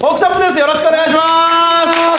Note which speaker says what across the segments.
Speaker 1: フォークショップですよろしくお願いします
Speaker 2: は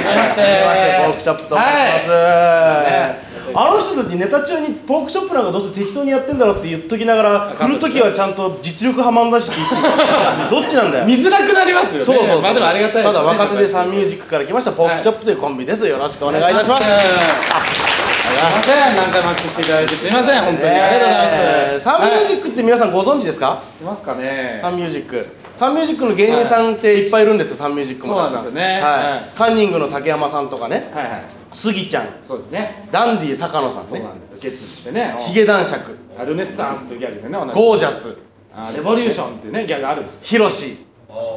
Speaker 2: じめまして。
Speaker 1: フォークショップと申します、あの人たちネタ中にポークショップなんかどうせ適当にやってんだろうって言っときながら振るときはちゃんと実力派漫才師って言って るどっちなんだよ
Speaker 2: 見づらくなりますよね。
Speaker 1: そうそうそう、
Speaker 2: まあでもありがたいです
Speaker 1: た
Speaker 2: ね。
Speaker 1: だ若手でサンミュージックから来ましたポークチョップというコンビです、よろしくお願いいたします
Speaker 2: お願いします。すいません、何回も握手していただいてすいません、本当にありがとうございます。
Speaker 1: サンミュージ
Speaker 2: はい
Speaker 1: ックって皆さんご存知ですか、
Speaker 2: 知ってますかね。
Speaker 1: サンミュージックサンミュージックの芸人さんっていっぱいいるんですよサンミュージックもたくさ
Speaker 2: そうなんですよね
Speaker 1: はい
Speaker 2: はい
Speaker 1: カンニングの竹山さんとかね
Speaker 2: はいはい。
Speaker 1: スギちゃん
Speaker 2: そうですね。
Speaker 1: ダンディ坂野さん
Speaker 2: そう
Speaker 1: ね
Speaker 2: なんですよ。ゲッツしてね。
Speaker 1: ヒゲ男爵
Speaker 2: あルネッサンスというギャグでね、同じ
Speaker 1: ゴージャス
Speaker 2: あレボリューションっていうね、ギャグあるんですよ。
Speaker 1: ヒロシ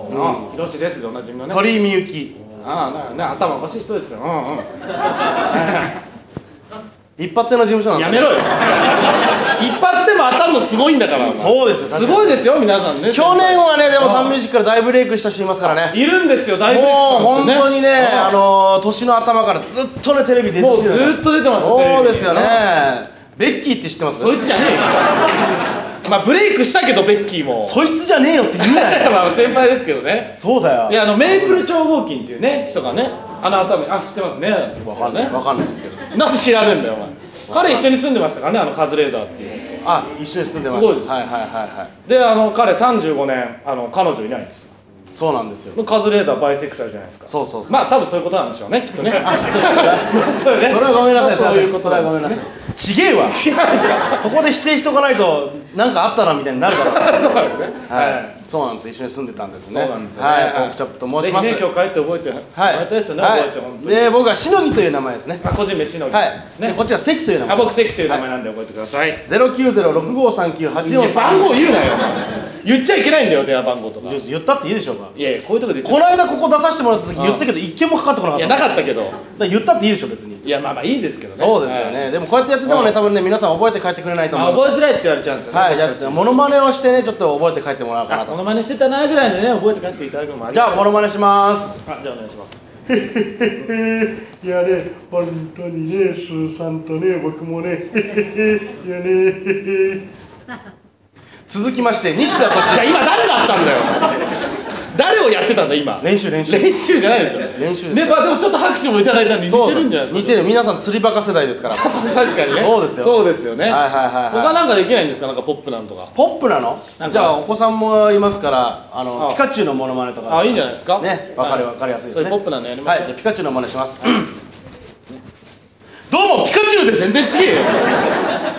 Speaker 2: うん。広しですでおなじみのね。
Speaker 1: 鳥居みゆき
Speaker 2: ああ、なんかね、頭おかしい人ですよ。うんうん。
Speaker 1: 一発屋の事務所なんです
Speaker 2: や
Speaker 1: よ
Speaker 2: め ろよ。一発でも当たるのすごいんだから。
Speaker 1: そうですよ
Speaker 2: すごいですよ、皆さんね。
Speaker 1: 去年はねでもサンミュー
Speaker 2: ジ
Speaker 1: ジックから大ブレイクした人いますからね
Speaker 2: いるんですよ、大ブレイク
Speaker 1: もう本
Speaker 2: したんですよ
Speaker 1: 当にね、
Speaker 2: うん
Speaker 1: あのー年の頭からずっとねテレビ出て
Speaker 2: もうずーっと出てますよ
Speaker 1: そうですよね
Speaker 2: テレビ
Speaker 1: ベッ
Speaker 2: に
Speaker 1: キーって知ってます
Speaker 2: そいつじゃね えよ。まあブレイクしたけどベッキーも。
Speaker 1: そいつじゃねえよって言うなよ
Speaker 2: まあ先輩ですけどね。
Speaker 1: そうだよ
Speaker 2: いやあのメープル超合金っていうね人がね、あの頭にあ知ってますね。
Speaker 1: わかんないわかんないですけど
Speaker 2: い。なんで知らねえんだよお前。彼一緒に住んでましたからねあのカズレーザーっていう。
Speaker 1: あ一緒に住んでました
Speaker 2: すごいです
Speaker 1: はいはいはいはい
Speaker 2: であの彼35年あの彼女いないんですよ。
Speaker 1: そうなんですよ
Speaker 2: カズレーザーバイセクシャルじゃないですか。
Speaker 1: そうそうそう
Speaker 2: まあ多分そういうことなんでしょうねきっとね。
Speaker 1: あちょっとそれは
Speaker 2: それね
Speaker 1: それはごめんなさい
Speaker 2: そういうこと
Speaker 1: それ
Speaker 2: な
Speaker 1: は
Speaker 2: んで
Speaker 1: ごめんなさ
Speaker 2: すよね
Speaker 1: いちげえわ
Speaker 2: 違うんですか。
Speaker 1: ここで否定しとかないとなんかあったなみたいにな るから
Speaker 2: そうなんですね。
Speaker 1: はい、そうなんです一緒に住んでたんですね
Speaker 2: そうなんですよね。
Speaker 1: はいフォークチョップと申します
Speaker 2: ぜひね今日帰って覚えても
Speaker 1: は
Speaker 2: ら
Speaker 1: い
Speaker 2: いたいですよね。覚えて本当
Speaker 1: はい、
Speaker 2: に。
Speaker 1: で僕はしのぎという名前ですね
Speaker 2: まあ個人飯の
Speaker 1: はい、でこっちは関という名
Speaker 2: あ
Speaker 1: 前
Speaker 2: 僕関という名前なんで覚えてください。
Speaker 1: ゼロ九ゼロ六五三九八四
Speaker 2: 番号言うなよ。言っちゃいけないんだよ電話番号とか。い
Speaker 1: 言ったっていいでしょうか
Speaker 2: やいやこういうとこで言っちゃ
Speaker 1: この間ここ出させてもらった時言ったけど一件もかかってこなか
Speaker 2: い
Speaker 1: った
Speaker 2: やなかったけど。
Speaker 1: だから言ったっていいでしょ別に
Speaker 2: いやまあまあいいですけどね。
Speaker 1: そうですよね、
Speaker 2: はい。
Speaker 1: でもこうやってやってても
Speaker 2: は
Speaker 1: ね
Speaker 2: い
Speaker 1: 多分ね皆さん覚えて帰ってくれないと思
Speaker 2: あ
Speaker 1: います
Speaker 2: 覚えづらいって言われちゃうんですよね。
Speaker 1: はいじゃあじゃあモノマネをしてねちょっと覚えて帰ってもらおうかな
Speaker 2: あ
Speaker 1: と
Speaker 2: この真似してたなぐらいでね覚えて帰っていただくのもあり
Speaker 1: じゃあモノ
Speaker 2: マ
Speaker 1: マネします
Speaker 2: ネ。あじゃあお願いします。
Speaker 3: い やね、本当にね、スーさんとね、僕もね、 へへへいやね、へへ
Speaker 1: 続きまして西田
Speaker 2: じゃあ
Speaker 1: 敏
Speaker 2: 今誰だったん だよ。誰をやってたんだ今。
Speaker 1: 練習練習
Speaker 2: 練習じゃないですよ。
Speaker 1: 練習です
Speaker 2: ねまあでもちょっと拍手もいただいたんで似
Speaker 1: そう
Speaker 2: て
Speaker 1: そう
Speaker 2: るんじゃないですか。
Speaker 1: 似てる皆さん釣りバカ世代ですから
Speaker 2: 確かにね
Speaker 1: そうですよ
Speaker 2: そうですよね
Speaker 1: はいはいはいはい
Speaker 2: 他なんかできないんですかなんかポップなんとか
Speaker 1: ポップなの
Speaker 2: なんか
Speaker 1: じゃあお子さんもいますからあの
Speaker 2: あ
Speaker 1: ピカチュウのモノマネとか
Speaker 2: あいいんじゃないですか
Speaker 1: ねわかる
Speaker 2: はい
Speaker 1: わかりやすいですね
Speaker 2: そういうポップなのやりましょう
Speaker 1: はいじゃあピカチュウの真似しますどうもピカチュウです
Speaker 2: 全然違えよ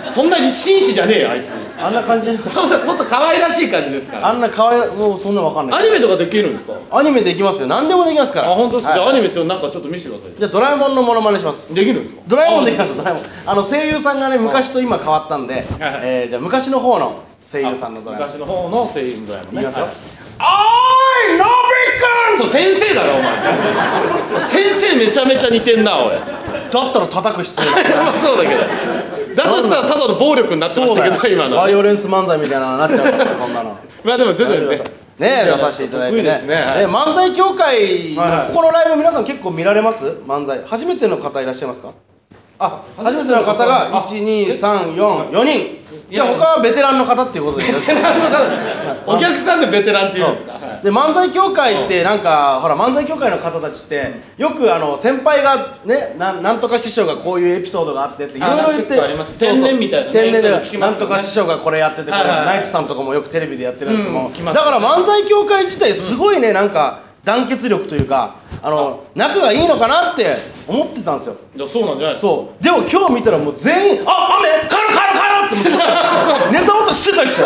Speaker 2: そんなに紳士じゃねえよあいつ
Speaker 1: あんな感じ
Speaker 2: そんなもっと可愛らしい感じですから
Speaker 1: あんな可愛いもうそんなわかんな
Speaker 2: ア
Speaker 1: い
Speaker 2: ニメとかできるんですか
Speaker 1: アニメできますよ何でもできますか
Speaker 2: あ
Speaker 1: ら
Speaker 2: 本当ですか、
Speaker 1: はい
Speaker 2: じゃあアニメってなんかちょっと見せてくださ
Speaker 1: じゃあドラえもんのモノマネします
Speaker 2: いできるんですか
Speaker 1: ドラえもんできますドラえもんあの声優さんがね昔と今変わったんで
Speaker 2: はいはい
Speaker 1: えーじゃあ昔の方の声優さんのドラえもん
Speaker 2: 昔の方の声優のドラえもんね
Speaker 1: いきますよ
Speaker 2: はい
Speaker 1: おーいノビ
Speaker 2: そう先生だろお 前先生めちゃめちゃ似てんなおい
Speaker 1: 君だったら叩く必要ない
Speaker 2: まあそうだけどだとしたらただの暴力になってましたけど今の
Speaker 1: バイオレンス漫才みたいなのになっちゃうからそんなの
Speaker 2: まあでも徐々にね
Speaker 1: ね出させていただいてね
Speaker 2: 得意ですねはい
Speaker 1: ね漫才協会
Speaker 2: はいは
Speaker 1: の
Speaker 2: い
Speaker 1: ここのライブ皆さん結構見られます漫才初めての方いらっしゃいますかあ初めての方が
Speaker 2: あ
Speaker 1: 12344人い
Speaker 2: い
Speaker 1: や
Speaker 2: や
Speaker 1: 他はベテランの方っていうことで
Speaker 2: ベテランの方お客さんでベテランって言うんですか、はい
Speaker 1: で漫才協会ってなんかほら漫才協会の方たちってよくあの先輩がねなんなんとか師匠がこういうエピソードがあってっていろいろ言って
Speaker 2: あなんか結構あります
Speaker 1: そうそう
Speaker 2: 天然みたいなね
Speaker 1: 天然で
Speaker 2: エピソード聞きま
Speaker 1: な
Speaker 2: すよ
Speaker 1: ん
Speaker 2: ね
Speaker 1: とか師匠がこれやっててこれ
Speaker 2: はいはいはい
Speaker 1: ナイツさんとかもよくテレビでやってるんですけど
Speaker 2: うん
Speaker 1: も
Speaker 2: 聞きま
Speaker 1: だ
Speaker 2: すよ
Speaker 1: か
Speaker 2: ね
Speaker 1: ら漫才協会自体すごいねなんか団結力というかあの仲がいいのかなって思ってたんですよ
Speaker 2: いやそうなんじゃないですか
Speaker 1: そうでも今日見たらもう全員「あ雨帰ろう帰ろう帰ろう!」っても うネタ落としてた人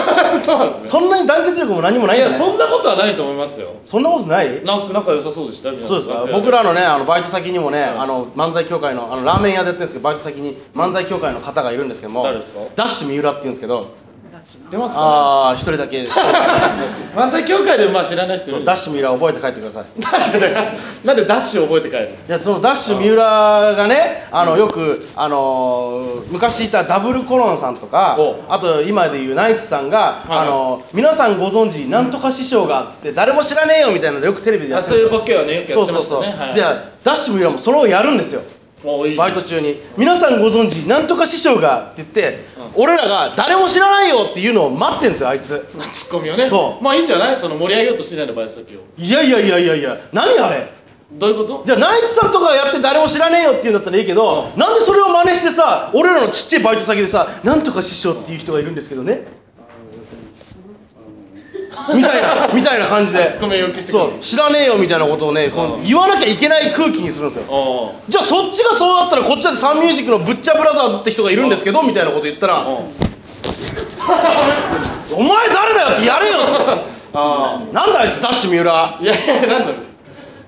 Speaker 2: そうなんですね
Speaker 1: そんなに団結力も何もないいんだ
Speaker 2: や
Speaker 1: ね
Speaker 2: そんなことはないと思いますよ
Speaker 1: そんなことない
Speaker 2: な仲良さそうでした
Speaker 1: そうですか僕らのねあのバイト先にもね、
Speaker 2: い
Speaker 1: あの漫才協会のあのラーメン屋でやってるんですけどバイト先に漫才協会の方がいるんですけども
Speaker 2: 誰ですか
Speaker 1: ダッシュ三浦っていうんですけど
Speaker 2: 出ますか
Speaker 1: ああ一人だけ
Speaker 2: 漫才協会でまあ知らない人いる
Speaker 1: ダッシュ三浦覚えて帰ってください
Speaker 2: なんで なんでダッシュ覚えて帰る
Speaker 1: いやそのダッシュ三浦がねあのよく、あのー昔いたダブルコロンさんとか
Speaker 2: お
Speaker 1: あと今でいうナイツさんが、
Speaker 2: いはい
Speaker 1: あのー皆さんご存知なんとか師匠がっつって誰も知らねえよみたいなのでよくテレビで
Speaker 2: の
Speaker 1: や
Speaker 2: あ
Speaker 1: って
Speaker 2: そう
Speaker 1: る
Speaker 2: いうボケはねよく
Speaker 1: そう
Speaker 2: やって
Speaker 1: そ
Speaker 2: ま
Speaker 1: う
Speaker 2: した
Speaker 1: そう、
Speaker 2: ねはい
Speaker 1: でダッシュ三浦もそれをやるんですよ
Speaker 2: おいい
Speaker 1: バイト中に皆さんご存知なんとか師匠がって言って、俺らが誰も知らないよっていうのを待ってんですよあいつ
Speaker 2: ツッコミをね
Speaker 1: そう
Speaker 2: まあいいんじゃないその盛り上げようとしてないのバイト先を
Speaker 1: いやいやいやいやいや何あれ
Speaker 2: どういうこと
Speaker 1: じゃあナイツさんとかやって誰も知らねえよって言うんだったらいいけど、なんでそれを真似してさ俺らのちっちゃいバイト先でさなんとか師匠っていう人がいるんですけどねみたいなみたいな感じで
Speaker 2: ツッコミを要求してくる
Speaker 1: そう知らねえよみたいなことをねこう言わなきゃいけない空気にするんですよ
Speaker 2: おう
Speaker 1: じゃあそっちがそうだったらこっちはサンミュージックのブッチャーブラザーズって人がいるんですけどみたいなこと言ったら「
Speaker 2: おう
Speaker 1: お前誰だよ!」ってやれよ
Speaker 2: あ
Speaker 1: なんだあいつダッシュ三浦
Speaker 2: あいやいやなんだろう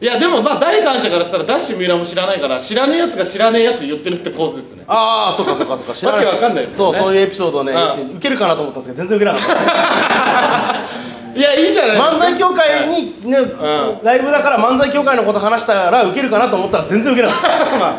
Speaker 2: いやでもまあ第三者からしたらダッシュ三浦も知らないから知らねえやつが知らねえやつ言ってるって構図ですね
Speaker 1: ああそっかそっかそっか知らない
Speaker 2: わけわかんないですよね
Speaker 1: そうそういうエピソードをね
Speaker 2: うん
Speaker 1: 言って受けるかなと思ったんですけど全然受け なかった
Speaker 2: いやいいじゃない
Speaker 1: 漫才協会にね、
Speaker 2: う
Speaker 1: ライブだから漫才協会のこと話したらウケるかなと思ったら全然ウケなかった
Speaker 2: ま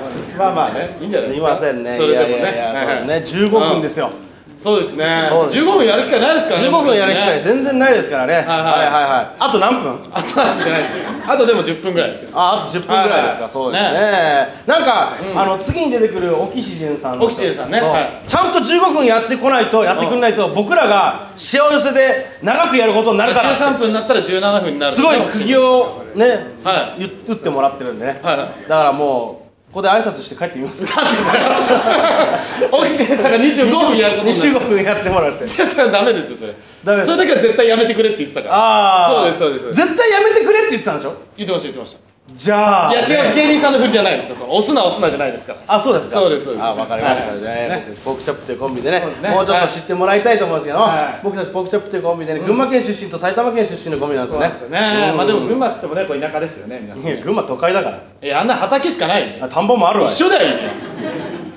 Speaker 2: あまあねいいんじゃない
Speaker 1: す
Speaker 2: で
Speaker 1: い
Speaker 2: すか
Speaker 1: ませんね
Speaker 2: それでも
Speaker 1: い
Speaker 2: ね
Speaker 1: やいやいや
Speaker 2: はいは
Speaker 1: そ
Speaker 2: い
Speaker 1: うですね15分ですよ、
Speaker 2: そうですね
Speaker 1: そうです
Speaker 2: 15分やる機会ないですからね
Speaker 1: 15分やる機会
Speaker 2: ね
Speaker 1: 全然ないですからね、はい
Speaker 2: はい
Speaker 1: はいはいあと何分
Speaker 2: あとなんじゃないですあとでも10分ぐらいですよ
Speaker 1: ああと10分ぐらいですか、
Speaker 2: はい
Speaker 1: そうですねなんか、あの次に出てくるオキシジェンさん
Speaker 2: オキシジェンさんね
Speaker 1: そう
Speaker 2: はい
Speaker 1: ちゃんと15分やってこないとやってくれないと、僕らがしわ寄せで長くやることになるから
Speaker 2: 13分になったら17分になる
Speaker 1: すごい釘をね、
Speaker 2: はい
Speaker 1: ゆ打ってもらってるんでね、
Speaker 2: はいはい
Speaker 1: だからもうここで挨拶して帰ってみ ますか
Speaker 2: オキシエンさんが25分やることになる
Speaker 1: 25分やってもらって
Speaker 2: じゃあそれはダメですよそれ
Speaker 1: ダメです
Speaker 2: それだけは絶対やめてくれって言ってたから
Speaker 1: ああ
Speaker 2: そうですそうです
Speaker 1: 絶対やめてくれって言ってたんでしょ
Speaker 2: 言ってました言ってまし
Speaker 1: じゃ
Speaker 2: た
Speaker 1: あ
Speaker 2: いや違
Speaker 1: ね
Speaker 2: う芸人さんの振りじゃないですよその押すな押すなじゃないですから
Speaker 1: あそうですか
Speaker 2: そうですそうです
Speaker 1: あわかりました
Speaker 2: はい
Speaker 1: じゃあね僕たちポークチョップというコンビでね
Speaker 2: ですね
Speaker 1: もうちょっと知ってもらいたいと思うんですけど
Speaker 2: はい
Speaker 1: 僕たちポークチョップというコンビでね群馬県出身と埼玉県出身のコンビなんですよねうん
Speaker 2: まあでも群馬っつってもねこう田舎ですよね皆さん
Speaker 1: いや群馬都会だから
Speaker 2: いやあんな畑しかないでしょ
Speaker 1: あ田んぼもあるわよ
Speaker 2: 一緒だよ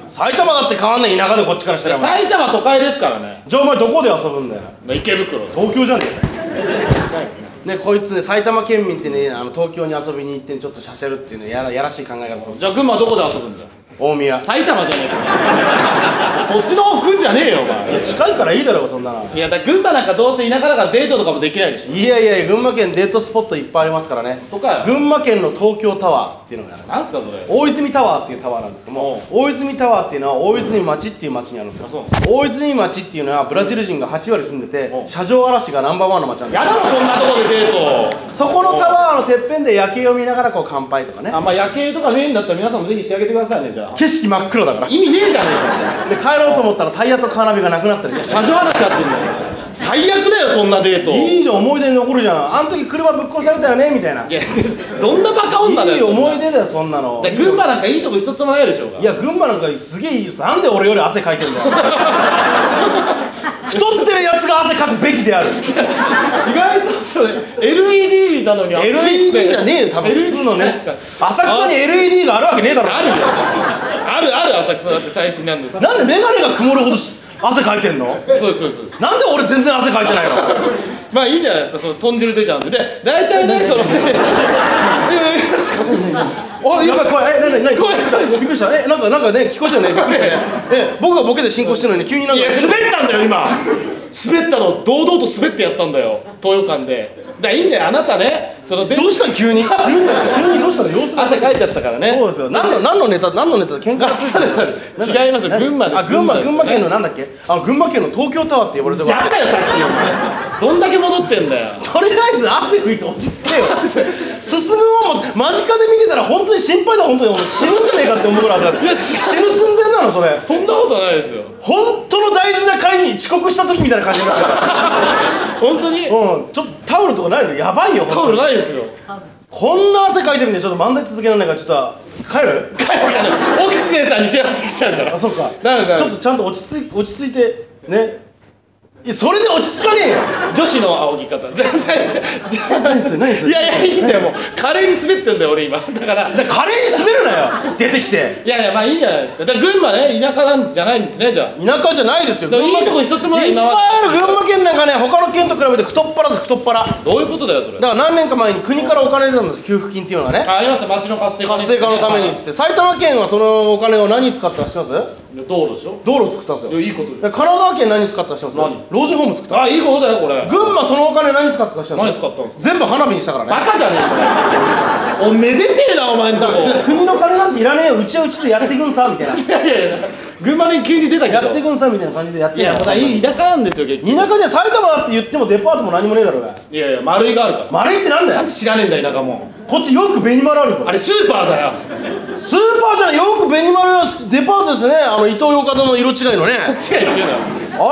Speaker 1: 埼玉だって変わんない田舎でこっちからした
Speaker 2: 今
Speaker 1: らお前
Speaker 2: 埼玉都会ですからね
Speaker 1: じゃあお前どこで遊ぶんだよ
Speaker 2: まあ池袋と
Speaker 1: 東京じゃねえかねこいつね埼玉県民ってねあの東京に遊びに行ってちょっとしゃしゃるっていうねやらやらしい考え方です
Speaker 2: じゃあ群馬どこで遊ぶんだよ
Speaker 1: 大宮
Speaker 2: 埼玉じゃね えかこっちの方来んじゃねえよお
Speaker 1: いや
Speaker 2: 前
Speaker 1: 近いからいいだろそんなの
Speaker 2: いやだから群馬なんかどうせ田舎だからデートとかもできないでしょ
Speaker 1: いやいやいや群馬県デートスポットいっぱいありますからね
Speaker 2: とか
Speaker 1: 群馬県の東京タワーっていうのがあるんです
Speaker 2: なんすかそれ
Speaker 1: 大泉タワーっていうタワーなんですけども大泉タワーっていうのは大泉町っていう町にあるんですよ
Speaker 2: あそう
Speaker 1: 大泉町っていうのはブラジル人が8割住んで
Speaker 2: う
Speaker 1: て
Speaker 2: ん
Speaker 1: 車上荒らしがナンバーワンの町なんです
Speaker 2: や
Speaker 1: よ
Speaker 2: だろそんなとこでデート
Speaker 1: そこのタワーのてっぺんで夜景を見ながらこう乾杯とかね
Speaker 2: あんまあ夜景とか見えんだったら皆さんもぜひ行ってあげてくださいねじゃあ
Speaker 1: 景色真っ黒だからで
Speaker 2: 意味ねえじゃね
Speaker 1: 帰ろうと思ったらタイヤとカーナビがなくなったりして
Speaker 2: えかよ車上話やってんだよ最悪だよそんなデート
Speaker 1: いいじゃん思い出に残るじゃんあの時車ぶっ殺されたよねみたいない
Speaker 2: やどんなバカ女だ
Speaker 1: い
Speaker 2: よ
Speaker 1: い思い
Speaker 2: そんな
Speaker 1: 出だよそんなの
Speaker 2: だから群馬なんかいいとこ一つもないでしょうが
Speaker 1: いや群馬なんかすげえいいよなんで俺より汗かいてんだよ 太ってるやつが汗かくべきである
Speaker 2: 意外とそれ LED なのに
Speaker 1: LED じゃねえよ多分
Speaker 2: LED
Speaker 1: 普通のね
Speaker 2: じゃないですか
Speaker 1: 浅草に LED があるわけねえだろ
Speaker 2: あるよあるある浅草だって最新なんです
Speaker 1: なんで眼鏡が曇るほどし汗かいてんの
Speaker 2: そうですそうですそうです
Speaker 1: なんで俺全然汗かいてない の
Speaker 2: まあいいんじゃないですかその豚汁出ちゃうんでで大体ねその
Speaker 1: おいやばい怖いえなになに怖いびっくりしたえなんかなんかね聞こえたよねびっくりした ねえ僕がボケで進行してるのに急になん
Speaker 2: い
Speaker 1: か
Speaker 2: や滑ったんだよ今滑ったの堂々と滑ってやったんだよ東洋館でだからいいんだよあなたねそのど
Speaker 1: どうしたの急に 急に急にどうしたの様子が
Speaker 2: 汗かいちゃったからね
Speaker 1: そうですよ何の何のネタ何のネタで喧嘩したんです か
Speaker 2: 違いますよ
Speaker 1: 何
Speaker 2: 群馬です
Speaker 1: あ群馬
Speaker 2: 群
Speaker 1: 群馬
Speaker 2: 馬ですよ
Speaker 1: 県
Speaker 2: ね
Speaker 1: のなんだっけあの群馬県の東京タワーって呼ばれてるとこ
Speaker 2: やったよさっきどんだけ戻ってんだよ
Speaker 1: とりあえず汗拭いて落ち着けよ進むもんも間近で見てたら本当に心配だ本当に俺死ぬんじゃねえかって思うぐらい汗いや死ぬ寸前なのそれ
Speaker 2: そんなことないですよ
Speaker 1: 本当の大事な会に遅刻した時みたいな感じになって
Speaker 2: 本当に
Speaker 1: るうんちょっとタオルとかないのやばいよ
Speaker 2: タ
Speaker 1: 本
Speaker 2: オ
Speaker 1: 当
Speaker 2: ル
Speaker 1: に
Speaker 2: ないですよ
Speaker 1: こんな汗かいてるんでちょっと漫才続けられないからちょっと帰る
Speaker 2: オキシジェンさんに幸せ来ちゃうんだから
Speaker 1: あそうか
Speaker 2: ダメダメ
Speaker 1: ちょっとちゃんと落ち着い落ち着いてねいやそれで落ち着かねえよ
Speaker 2: 女子の仰ぎ方じゃあじゃあ
Speaker 1: 何それ何それ
Speaker 2: いやいやいいんだよもう華麗に滑ってんだよ俺今だから
Speaker 1: じゃあ華麗に滑るなよ出てきて
Speaker 2: いやいやまあいいじゃないですかだから群馬ね田舎なんじゃないんですねじゃ
Speaker 1: 田舎じゃないですよ
Speaker 2: でも
Speaker 1: 群馬
Speaker 2: いいとこ一つもない
Speaker 1: いっぱいある群馬県なんかね他の県と比べて太っ腹です太っ腹だか
Speaker 2: あどういうことだよそれ
Speaker 1: ら何年か前に国からお金出たんです給付金っていうのがね
Speaker 2: あありました町の活性化
Speaker 1: 活性化のためにっつって埼玉県はそのお金を何に使ったか知ってます
Speaker 2: て道路でしょ
Speaker 1: 道路作ったんです
Speaker 2: いや
Speaker 1: よ
Speaker 2: いいこと
Speaker 1: で
Speaker 2: だよ
Speaker 1: 神奈川県何に使ったか知ってます
Speaker 2: 何
Speaker 1: 老人ホーム作った
Speaker 2: あいいことだよこれ
Speaker 1: 群馬そのお金何に使ったか知ってます
Speaker 2: 何使ったんです
Speaker 1: 全部花火にしたからね
Speaker 2: バカじゃねえかおめでてえなお前 んとこ
Speaker 1: 国の金なんていらねえようちはうちでやっていくんさみたい
Speaker 2: いやいやいや群馬に急 に出たけど
Speaker 1: なやっていくんさみたいな感じでやっ
Speaker 2: い
Speaker 1: てい
Speaker 2: やま
Speaker 1: の
Speaker 2: たいい田舎なんですよ結局
Speaker 1: 田舎じゃ埼玉だって言ってもデパートも何もねえだろうが
Speaker 2: いやいや丸いがあるから
Speaker 1: 丸いってなんだ
Speaker 2: なん
Speaker 1: よ
Speaker 2: で知らねえんだよ田舎も
Speaker 1: こっちよく紅丸あるぞ
Speaker 2: あれスーパーだよ
Speaker 1: スーパーじゃないよく紅丸はデパートですねあの伊藤洋華堂の色違いのね
Speaker 2: 違うよ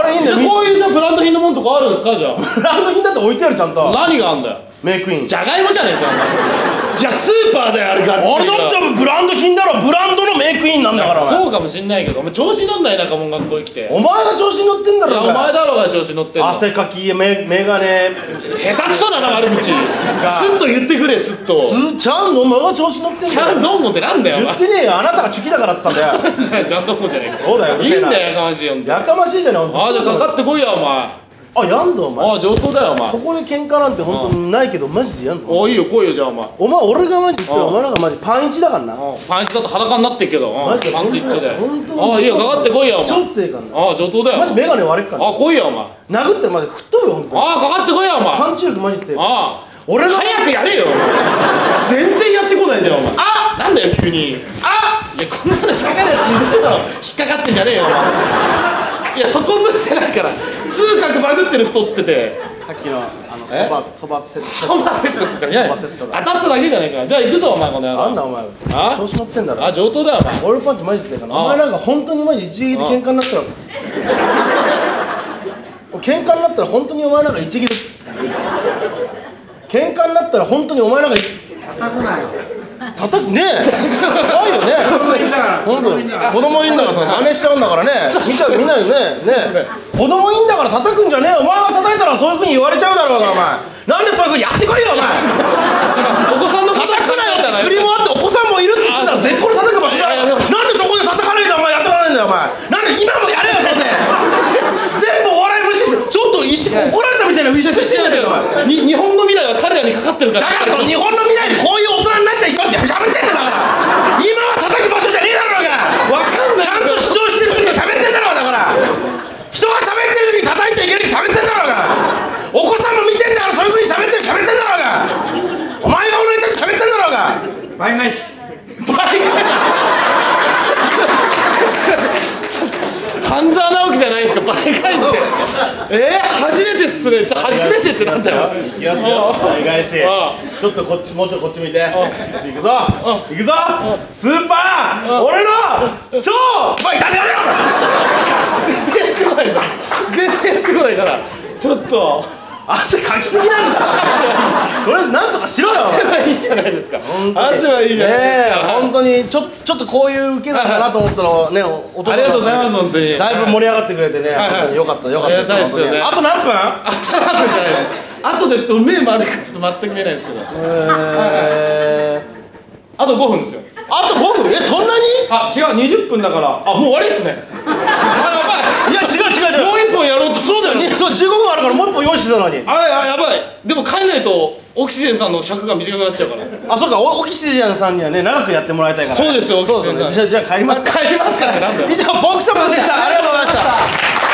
Speaker 1: あれいいんだ
Speaker 2: じゃ
Speaker 1: よ
Speaker 2: あこういうじゃあブランド品のもんとかあるんですかじゃ
Speaker 1: ブランド品だって置いてあるちゃんと
Speaker 2: あ何があんだよ
Speaker 1: メイクイン
Speaker 2: じゃがいもじゃねえかお前じゃあスーパーだよあれがっつり
Speaker 1: 俺だってブランド品だろブランドのメイクインなんだからお前
Speaker 2: そうかもしんないけどお前調子乗んない田舎もん学校に来ていや
Speaker 1: お前が調子に乗ってんだ
Speaker 2: お
Speaker 1: ろ
Speaker 2: 前だろうが調子乗ってんの
Speaker 1: 汗かきメメガネ
Speaker 2: 下手くそだな 悪口スッと言ってくれスッと
Speaker 1: すちゃんのお前が調子に乗ってんだろ
Speaker 2: ちゃんどんもってなんだよお
Speaker 1: 言
Speaker 2: 前
Speaker 1: ってねえよあなたがチュキだからって言ったんだよ
Speaker 2: ちゃんどんもじゃねえか
Speaker 1: そうだようる
Speaker 2: いい
Speaker 1: せえ
Speaker 2: ん
Speaker 1: な
Speaker 2: だよやかましいよん
Speaker 1: やかましいじゃねえ
Speaker 2: ああじゃあかかってこいやお前
Speaker 1: あやんぞお前
Speaker 2: ああ上等だよお前
Speaker 1: ここで喧嘩なんて本当にないけどマジでやんぞ
Speaker 2: おいいよ来いよじゃあお前
Speaker 1: お前俺がマジで言ったら
Speaker 2: うん
Speaker 1: お前なんかマジパンイチだからな
Speaker 2: パンイチだと裸になってっけどうん
Speaker 1: マジで
Speaker 2: パンツ一丁で
Speaker 1: 本当に
Speaker 2: ああいいよかかってこいやお
Speaker 1: しょっ
Speaker 2: 前
Speaker 1: つええからな
Speaker 2: ああ上等だよ
Speaker 1: マジメガネ割れっからな
Speaker 2: ああ来いやお前あ
Speaker 1: 殴ったらマジ吹っ飛ぶよ本当に
Speaker 2: あかかってこいやお前
Speaker 1: パンチ力マジで強い
Speaker 2: ああ
Speaker 1: 俺の
Speaker 2: 早くやれよお前全然やってこないじゃんお前あなんだよ急にあいやこんなの引っかかるやついるだろ引っかかってんじゃねえよお前いやそこ向いてないから通覚バグってる太ってて
Speaker 1: さっきのあの
Speaker 2: え
Speaker 1: そばセッ
Speaker 2: ソファセットとかじゃない
Speaker 1: ソファセット
Speaker 2: 当
Speaker 1: だ
Speaker 2: たっただけじゃないからじゃあ行くぞお前この野
Speaker 1: トなんだ
Speaker 2: 郎
Speaker 1: お前
Speaker 2: あ
Speaker 1: 調子乗ってんだろ
Speaker 2: あ上等だよお前
Speaker 1: 俺パンチマジで強いからな
Speaker 2: ああ
Speaker 1: お前なんか本当にマジ一撃で喧嘩になったら喧嘩になったら本当にお前なんか一撃で喧嘩になったら本当にお前なんか叩 くなよ叩くねえ怖いよね本当に子供いんだからさ真似しちゃうんだからね見ちゃう見ないよねね子供いんだから叩くんじゃねえお前が叩いたらそういうふうに言われちゃうだろうがお前なんでそういうふうにやってこいよお 前
Speaker 2: お子さんの叩
Speaker 1: 叩くなよって振りもあってお子さんもいるって言ってたら絶好に叩く場所だよなんでそこで叩かねえんだお前やっとかないんだよお前なんで今もやれよそれで全部お笑い無視してちょっと一瞬怒られたみたいな無視してんだよお前
Speaker 2: に日本の未来は彼らにかかってるか
Speaker 1: だ
Speaker 2: ら
Speaker 1: からその日本の未来でこういう大人になっちゃいけません喋ってんだよだから今は叩く場所じゃねえだろうがわかんないちゃんと主張してる時に喋ってんだろうがだから人が喋ってる時に叩いちゃいけないし喋ってんだろうがお子さんも見てんだからそういうふうに喋ってる喋ってんだろうがお前がお前たち喋ってんだろうが
Speaker 4: バイバイし
Speaker 2: 半沢直樹じゃないですか、倍返しで。えー、初めてっすね。ちょ、初めてってなんだよ。
Speaker 1: いきますよ倍返し
Speaker 2: あ
Speaker 1: ちょっとこっちもうちょいこっち向いていくぞいくぞスーパー俺の超おい誰やめろ
Speaker 2: 全然やってこないな。全然やってこないから。ちょっと。
Speaker 1: 汗かきすぎなんだとりあえずなんとかしろよ
Speaker 2: 汗はいいじゃないですか。汗はいいじゃないですか。
Speaker 1: 本当にちょちょっとこういう受けなんだなと思ったのねおお父さん
Speaker 2: ありがとうございます、本当に。
Speaker 1: だいぶ盛り上がってくれてね
Speaker 2: いはい
Speaker 1: 本当によかったよかった
Speaker 2: ありがたいですよね
Speaker 1: 本当にあと何分
Speaker 2: あ、ちょっと待ってじゃないです。あとです、目丸いからちょっと全く見えないですけど。
Speaker 1: えー
Speaker 2: あと5分ですよ。
Speaker 1: あと5分えそんなに
Speaker 2: あ、違う、20分だから。あ、もう終わりっすね。
Speaker 1: いや違う違う違う
Speaker 2: もう一本やろうと。そうだよ
Speaker 1: ねそう15分あるからもう一本用意してたのに
Speaker 2: ああやばいでも帰んないとオキシデンさんの尺が短くなっちゃうから
Speaker 1: あそうかおオキシジェンさんにはね長くやってもらいたいから
Speaker 2: そうですよオキ
Speaker 1: そう
Speaker 2: シ
Speaker 1: そ
Speaker 2: デ
Speaker 1: う
Speaker 2: ンさん
Speaker 1: じゃあじゃあ帰りますか
Speaker 2: 帰りますからねなんだよ
Speaker 1: 以上ポークショップでしたありがとうございました